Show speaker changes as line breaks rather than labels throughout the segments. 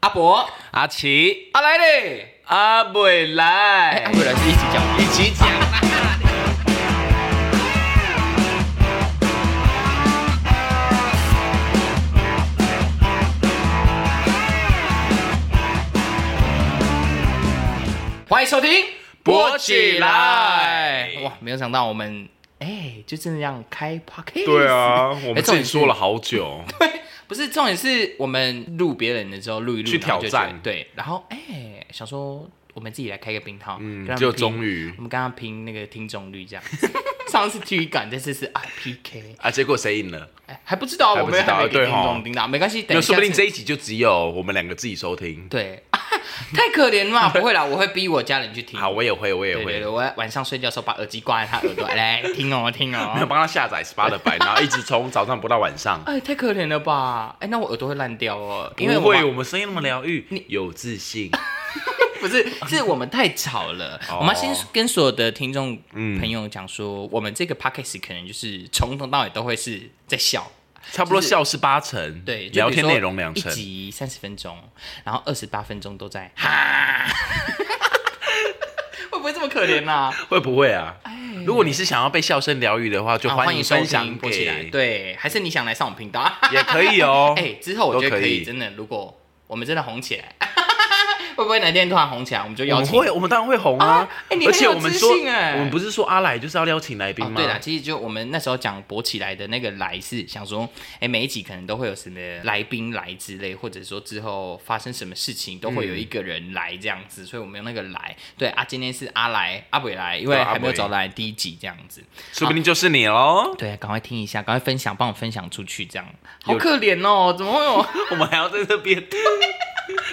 阿伯、
阿奇，
阿来嘞，
阿未
哎，
来
阿，伯来是一起讲，
一起讲啦。
欢迎收听
播起来
哇，没有想到我们哎，就这样开 p o c k e t
对啊，我
哎
们
重
自
点
己
是
说了好久，
不是重点是我们录别人的时候录一录，
去
然后就
挑战
觉得对，然后哎，想说我们自己来开个冰套，
嗯
跟他，们
就
拼
终于
我们刚刚拼那个听众率这样， 上次体育感，这次是 I P K，
啊，结果谁赢了？
哎，还不知道，
还
我
不
们
知道
还没给
对
听
吼
众听到，没关系，等
那
一
说
下
不定
次
这一集就只有我们两个自己收听。
对， 太可怜 了嘛，不会啦，我会逼我家人去听。
好，我也会，我也
对对
会
对，，我晚上睡觉的时候把耳机挂在他耳朵，来听哦听
没有
哦。
帮他下载 Spotify，然后一直从早上播到晚上。
哎，太可怜了吧？哎，那我耳朵会烂掉哦， 因为
不会，
我
我们声音那么疗 愈，有自信。
不是是我们太吵了，
哦
我们要先跟所有的听众
嗯
朋友讲说，我们这个 podcast 可能就是从头到尾都会是在笑。
差不多笑是八成，
对，就
聊
比如
天
说
内容两
一
成，
集三十分钟，然后二十八分钟都在， 会不会这么可怜啊？
会不会啊？如果你是想要被笑声疗愈的话，就
啊
欢
迎收
分
听
享
播起来，
给，
对，还是你想来上我们频道？ 哎、
也可以哦。
之后我觉得
都可以
可以，真的，如果我们真的红起来， 会不会哪天突然红起来，我们就
我
邀
们
请？
会，我们当然会红啊
啊！哎你
而
很
且
有
我们
自
说，
信哎
我们不是说阿来就是要邀请来宾
哦，
吗？
对啦，其实就我们那时候讲博起来的那个来是想说，哎，每一集可能都会有什么来宾来之类，或者说之后发生什么事情都会有一个人来这样子，所以我们用那个来。对啊，今天是阿来阿伟来，因为
对阿
还没有
伟
找来第一集这样子。
说不定就是你喽。
对，赶快听一下，赶快分享，帮我分享出去，这样好
有
可怜哦， 怎么会有？
我们还要在这边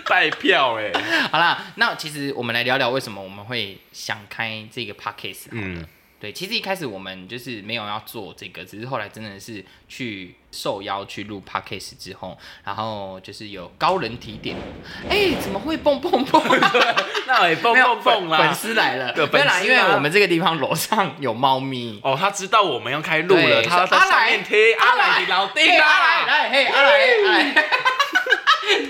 拜票哎，
好啦，那其实我们来聊聊为什么我们会想开这个 podcast 啊好了。
嗯
对，其实一开始我们就是没有要做这个，只是后来真的是去受邀去录 podcast 之后，然后就是有高人提点，哎、怎么会蹦蹦 蹦？
那也蹦
没有
蹦蹦
粉粉
啦。
丝来了，
对
没有啦，
粉
因
丝啊
为我们这个地方楼上有猫咪。
哦，他知道我们要开录了，
对
他在
阿
上
来
面贴阿来你老啊
嘿
弟
阿来，
啦，
来嘿，阿来，阿来，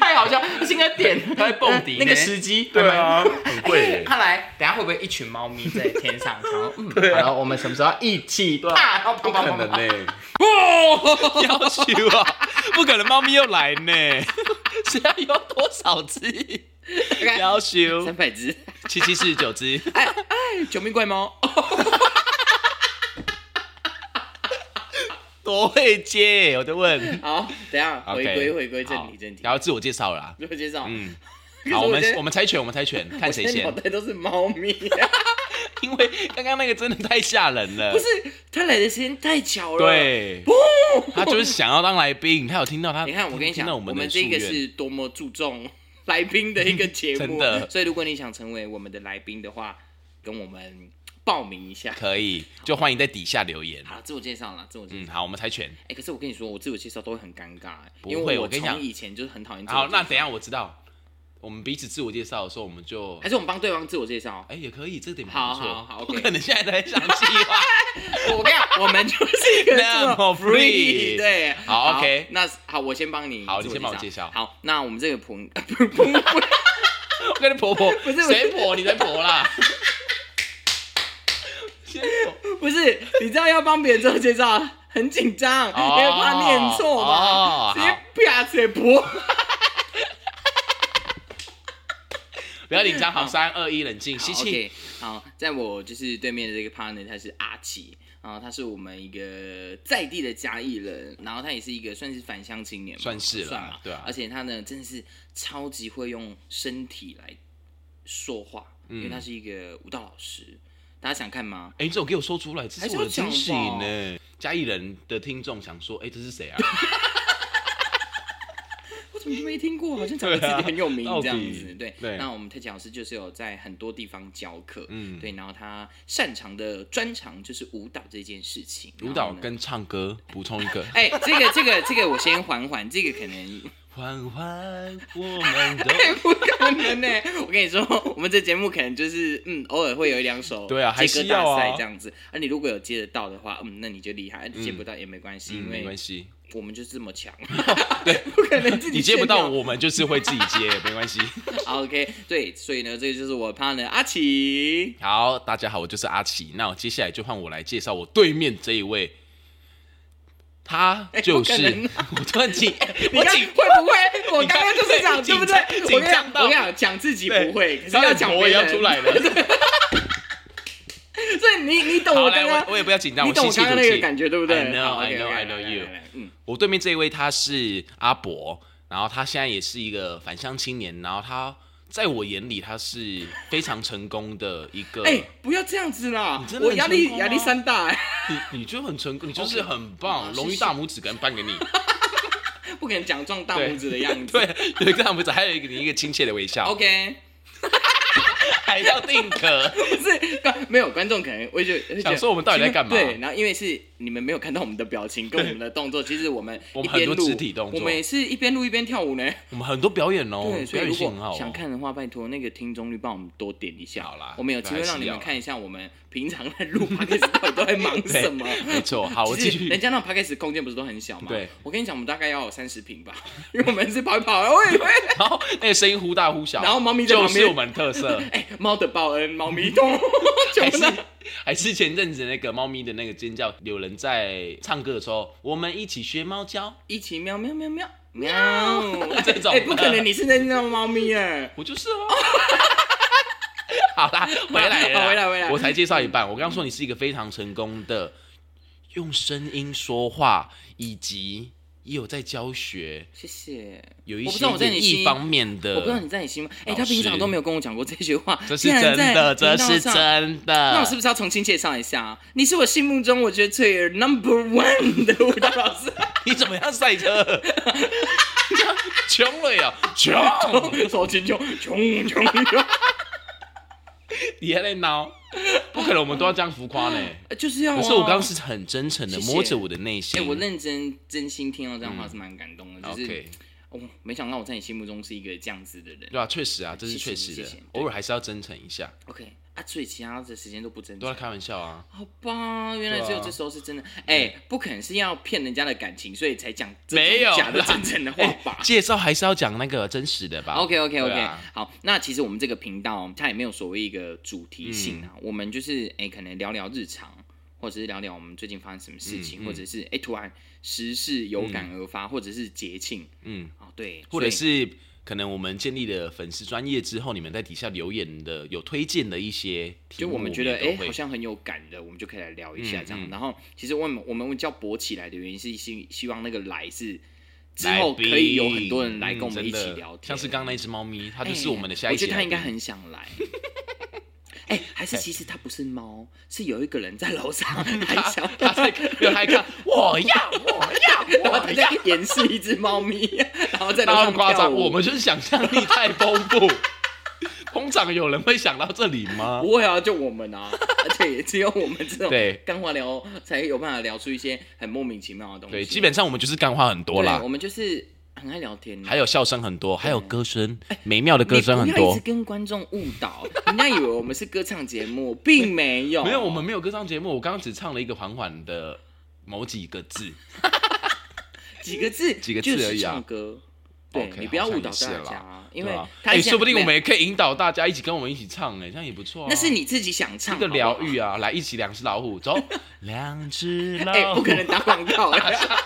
太好笑，是应该点
他在蹦迪呢
那个时机，
对啊，很贵
哎
欸，
看来等下会不会一群猫咪在天上？然后 嗯，好了，我们什么时候要一起
啊
踏？然后
不
砰
可
砰砰
能
砰，
呢。
要求啊，不可能，猫咪又来呢。是要有多少只？要求
三百只，
七七四十九只，
哎
九命怪猫，
多会接，我就问。
好，等一下回
OK，
归回归正
好
题正题，
然后自我介绍啦。
自我介绍。
嗯，
可是
好，我
觉
们
得
我们猜拳，我们 猜拳，看谁
我现在
先
脑。袋都是猫 咪，
因为刚刚那个真的太吓人了。
不，是他来的时间太巧了。，
对， 他就是想要当来宾，他有听到他。
你看我跟你
听
讲，
到
我
我们的
这个
夙愿
是多么注重来宾的一个节目，
真的
所以如果你想成为我们的来宾的话，跟我们报名一下。
可以，就欢迎在底下留言。
好，自我介绍啦，自我介
嗯，
绍。哎、
好，我们猜拳。
可是我跟你说，我自我介绍都会很尴尬、欸
不
因
会
为
我跟你讲
从以前就是很讨厌自我
好，
介绍。
那等一下我知道，我们彼此自我介绍的时候，我们就
还是我们帮对方自我介绍。哦
哎、也可以，这点不错。
好好好
不
OK
可能现在才想计划
我跟你讲，我们就是一个
那么 free
对，
好，OK
那好，我先帮你，
好你
自
先帮我介绍
好，那我们这个朋 不不不，
我跟你婆婆，不
是
谁婆？你在 婆啦。先婆
不是，你知道要帮别人做介绍很紧张，因为怕念错
哦
嘛，
好
直接啪嘴婆。
不要紧张，好，三二一，冷静，吸
好
气。
，OK，好，在我就是对面的这个 partner，他是阿奇。啊，他是我们一个在地的嘉义人，然后他也是一个算是返乡青年嘛，
算是啦
算嘛，
对啊
而且他呢，真的是超级会用身体来说话，因为
嗯
他是一个舞蹈老师。大家想看吗？
哎、这种给我说出来，这
还
是
是
我
要
的
讲
惊喜
吧
呢。嘉义人的听众想说，哎、这是谁啊？
我怎么都没听过？好像长得自己很有名
对啊
这样
到
子
底。
对，
对
那我们特讲老师就是有在很多地方教课，
嗯
对，然后他擅长的专长就是舞蹈这件事情。
舞
然
蹈
后呢。
跟唱歌，补充一个
哎、这个这个这个我先缓缓，这个可 能
缓缓，我们都
不可 能呢、我跟你说，我们这节目可能就是嗯，偶尔会有一两首
对啊还
接
是
歌
要
大
啊
赛这样子。啊，你如果有接得到的话，嗯，那你就厉害；啊接不到也没关系，
嗯，
因
没
为
关系。
我们就这么 强，对，不可能自己
你接不到，
炫
我们就是会自己接，没关系。
耀。OK，对，所以呢，这个就是我 partner 阿奇。
好，大家好，我就是阿奇。那我接下来就换我来介绍我对面这一位，他
哎
就
不可能
是、 我突然紧，
你看会不 会？我刚刚就是这样，
紧
对不
张
对？我跟
紧
你讲
张，到
我跟你讲，讲自己不会，可是
当
要
然
讲
我
别
也要
人
出来。了。
所以你你懂
好，
我
来，
刚刚
我我也不要紧张，
你
我吸
懂我
气
刚刚
吐
那个
气。
感觉对不对
I know,
好
I know,
，OK，OK，
I know
来来来
you
来嗯，
我对面这一位他是阿伯，然后他现在也是一个返乡青年，然后他在我眼里他是非常成功的一个，
哎，不要这样子啦
你真，的
我
很
压力
成功吗啊
压力山大哎，
你你就很成功，你就是很
好
棒，荣
谢
誉
哦谢
大拇指跟颁给你，
不可能讲撞大拇指的样子。
对，有一个大拇指，还有一个你一个亲切的 微笑，
OK，
还要定格，
不是观没有观众可能会就会觉
想
得
说我们到底在干嘛
其实对，然后因为是你们没有看到我们的表情跟我们的动作，其实我们
我
一
们很
边
多
录
肢体动作
我们也是一边录一边跳舞呢。
我们很多表演哦
对，，
表
所以
演
如
性很好
果
哦，
想看的话，拜托那个听众率帮我们多点一下。
好啦
我们有机会让你
还是要
们
啦
看一下我们平常在录 podcast 到底都在忙
对
什么。
没错，好，我
其
继
实人
续，
家那种 podcast 空间不是都很小吗？
对，
我跟你讲，我们大概要有三十平吧， 因为我们是跑一跑，喂 喂，
然后那个声音忽大忽小，
然后猫咪在
就
旁边
是我们的特色。
哎，猫的报恩，猫咪 咚，全
还
部
是
都
还是前阵子那个猫咪的那个尖叫，有人在唱歌的时候，我们一起学猫叫，
一起喵喵喵喵喵，
这种啊
哎，不可能，你是在那猫咪哎，
我就是 哦。好啦，回来了啦，
好回来回来
我才介绍一半。我刚刚说你是一个非常成功的，用声音说话，以及也有在教学，
谢谢。
有一
我不知
些
道我在你
演
心
艺方面的。
我不知道你在你心吗？哎，
呃老
他平常
师
都没有跟我讲过这句话，
这是
竟然
真
在
的，这
频道
是
上
真
那
的
我是。不是要重新介绍一下、啊？你是我心目中我觉得最 number one 的舞蹈老师，
你怎么样赛车？ 穷了呀，穷！
手琴穷穷穷穷，
你还在闹？不可能，我们都要这样浮夸 呢。
就是要、啊。
可是我刚刚，是很真诚的
谢谢
摸着我的内
哎、
心。
我认真真心听到这样的话是蛮感动的，就是
嗯 OK，
哦，没想到我在你心目中是一个这样子的人
对。吧、确实啊，这是
谢谢
确实
谢
的
谢对，
偶尔还是要真诚一下，
OK，啊，所以其他的时间都不真
都在
诚。
开玩笑 啊。
好吧，原来只有这时候是真的。哎、不可能是要骗人家的感情，所以才讲这种
嗯没有
假的
啦
真诚的话
哎
吧？
介绍还是要讲那个真实的吧。
啊 OK OK OK，、
对啊
好，那其实我们这个频道它也没有所谓一个主题性
嗯
啊，我们就是哎、可能聊聊日常，或者是聊聊我们最近发生什么事情，
嗯嗯
或者是哎、突然时事有感而发，或者是节庆
嗯，
哦，对，
或者
所以
是可能我们建立了粉丝专业之后，你们在底下留言的有推荐的一些题
就
目，
我们觉得
也
哎、
都会
好像很有感的，我们就可以来聊一下
嗯
这样。
嗯
然后其实我们我们叫勃起来的原因是希希望那个来是之
来
后可以有
宾
很多人来跟我
嗯
们
真
一起
的
聊天，
像是刚刚那只猫咪，它就是
哎
我们的下一
我觉
期
得
来宾。
他应该很想 来。哎、还是其实他不是猫，是有一个人在楼上 还想
它在没有它在看，我要我要
然后
我
他
要。
在演示一只猫咪，然后在楼
那
上
很夸
跳
张，
舞
我们就是想象力太丰 富。通常有人会想到这里吗？
不会啊，就我们啊，而且也只有我们这种
对
干话聊才有办法聊出一些很莫名其妙的东西。
对，基本上我们就是干话很多
对
啦
我，们就是很爱聊天、啊，
还有笑声很多，还有歌声，美妙的歌声很
你不要一
多
直。跟观众误导， 人家以为我们是歌唱节目，并没有，
没有，我们没有歌唱节目，我刚刚只唱了一个缓缓的某几个字。
几个字，
几个字
就是
而已啊
唱歌。对
OK，
你不要误导
好像
大
也是
家
啦
啊，因为
对吧
他
哎，
现在
说不定我们
没有
也可以引导大家一起跟我们一起唱，哎，这样也不错啊。
那是你自己想唱
一个疗愈
啊。
啊，来一起两只老虎，走， 两只
哎，
老
不
虎
可。 能打广告 啊！好
啊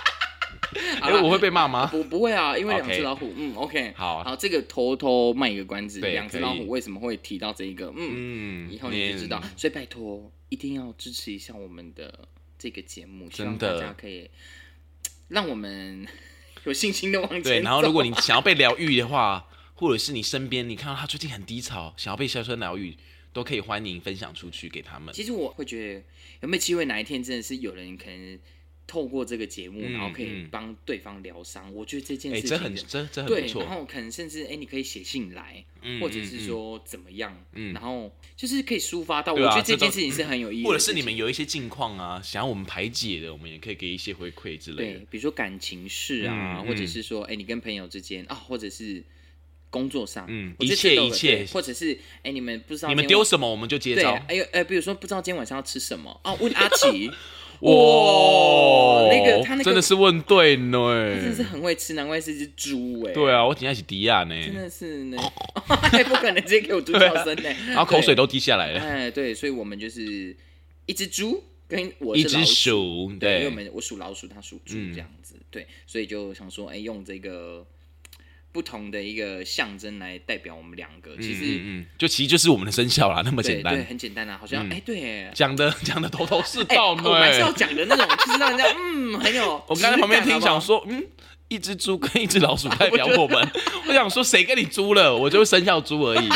哎，
啦
我会被骂吗？
不不会啊，因为两只
OK
老虎，嗯，OK，
好啊
好，这个偷偷卖一个关子，
对
两只
可以
老虎为什么会提到这一个？嗯，
嗯
以后你就知道，所以拜托一定要支持一下我们的这个节目，希望
真
大
的
家可以让我们有信心的往 前走。
对，然后如果你想要被疗愈的话， 或者是你身边你看到他最近很低潮，想要被笑声疗愈，都可以欢迎分享出去给他们。
其实我会觉得，有没有机会哪一天真的是有人可能透过这个节目，
嗯
然后可以
嗯
帮对方疗伤？我觉得这件
哎、
事情
这很
真的
这这很
对
不，错
然，后可能甚至哎、你可以写信来，
嗯
或者是，
嗯
说怎么样，
嗯
然后就是可以抒发到。我
对啊
觉得这
这
件
都
事情是很有意义
嗯
的
或者是你
事
们有一些近况啊，想要我们排解的，我们也可以给一些回馈之
情
类
对
的。，
比如说感情事啊，
嗯
或者
嗯
是说哎、你跟朋友之间啊，或者是工作上，
嗯
我觉得
一切
这都有
一切
对或者是哎、你们不知道
你们
今天
丢
晚
什么我们就接
对，
招。
啊 哎呦哎，比如说不知道今天晚上要吃什么哦，问阿奇。哇哦那个他那个
真的是问对呢，
他真的是很会吃，难怪是只猪哎、
对啊，我今天是迪亚呢，
真的是呢， 还不可能直接给我猪叫声呢、
然啊后口水都滴下来了，
哎，对，所以我们就是一只猪跟哎我
一
是老
只
鼠，
鼠，
对，因为我
对，
们我属老鼠，它属猪
嗯
这样子，对，所以就想说，哎、用这个不同的一个象征来代表我们两个，其实、
嗯嗯，就其实就是我们的生肖啦，那么
对
简
对，
单，
很简单啊，好像哎、对耶。
讲的 讲的头头是
哎、
道
我还是要
呢。欸
讲的那种，就是让人家嗯很有
我刚才旁边
质感
听想，说，嗯，一只猪跟一只老鼠代表 我们，我想说谁跟你猪了？我就是生肖猪而已，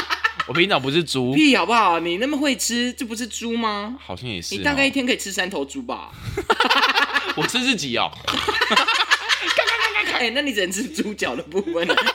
我平常不是
好不好
猪，
屁好不好？你那么会吃，这不是猪吗？
好像也是哦，
你大概一天可以吃三头猪吧？
我吃自己哦，
哎、那你只能吃猪脚的部分了。啊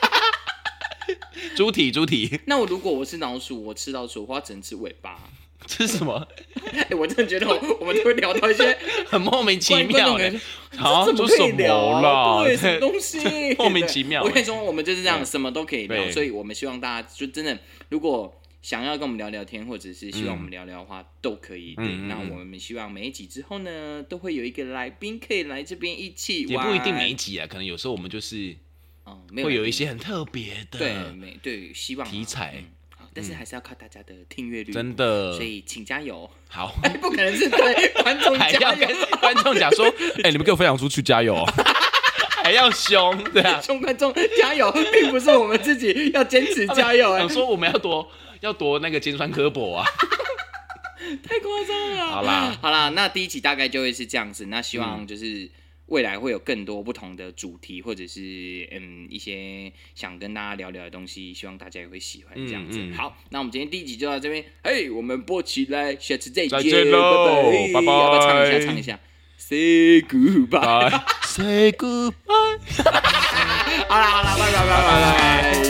猪体猪体，
那我如果我是老鼠，我吃老鼠的话，只能吃尾巴。
吃什么？
哎、我真的觉得我我们都会聊到一些
很莫名其妙欸
观
的
众，
好
这
像
怎么
就
可
什
以聊啊
么 啦？
对，什么东西
莫名其妙
欸对我跟你说，我们就是这样，
对
什么都可以聊，
对
所以我们希望大家就真的，如果想要跟我们聊聊天，或者是希望我们聊聊的话，都可以。对，
嗯嗯
那
嗯
我们希望每一集之后呢，都会有一个来宾可以来这边一起
也
玩，
不一定每一集啊，可能有时候我们就是
哦，没
会有
来宾
一些很特别的，
对没对希望啊
题材
嗯好但是还是要靠大家的订阅率，
真的
所以请加油。
好，
不可能是对观众
还要
加
跟
油，
观众讲说， 哎，你们给我分享出去，加油哦， 还要凶，对啊，
冲观 众加油，并不是我们自己要坚持加 油、哎
想，说我们要多要多那个尖酸刻薄啊，
太夸张了。
好啦，
好啦，那第一集大概就会是这样子，那希望就是。未来会有更多不同的主题，或者是嗯一些想跟大家聊聊的东西，希望大家也会喜欢这样子。
嗯嗯
好，那我们今天第一集就到这边，嘿，我们播起来，下次再见，
再见喽
拜
拜拜
要不要唱一下？唱一下，Say
哎
goodbye。
拜，Say goodbye。
好啦好啦，拜拜拜拜拜拜。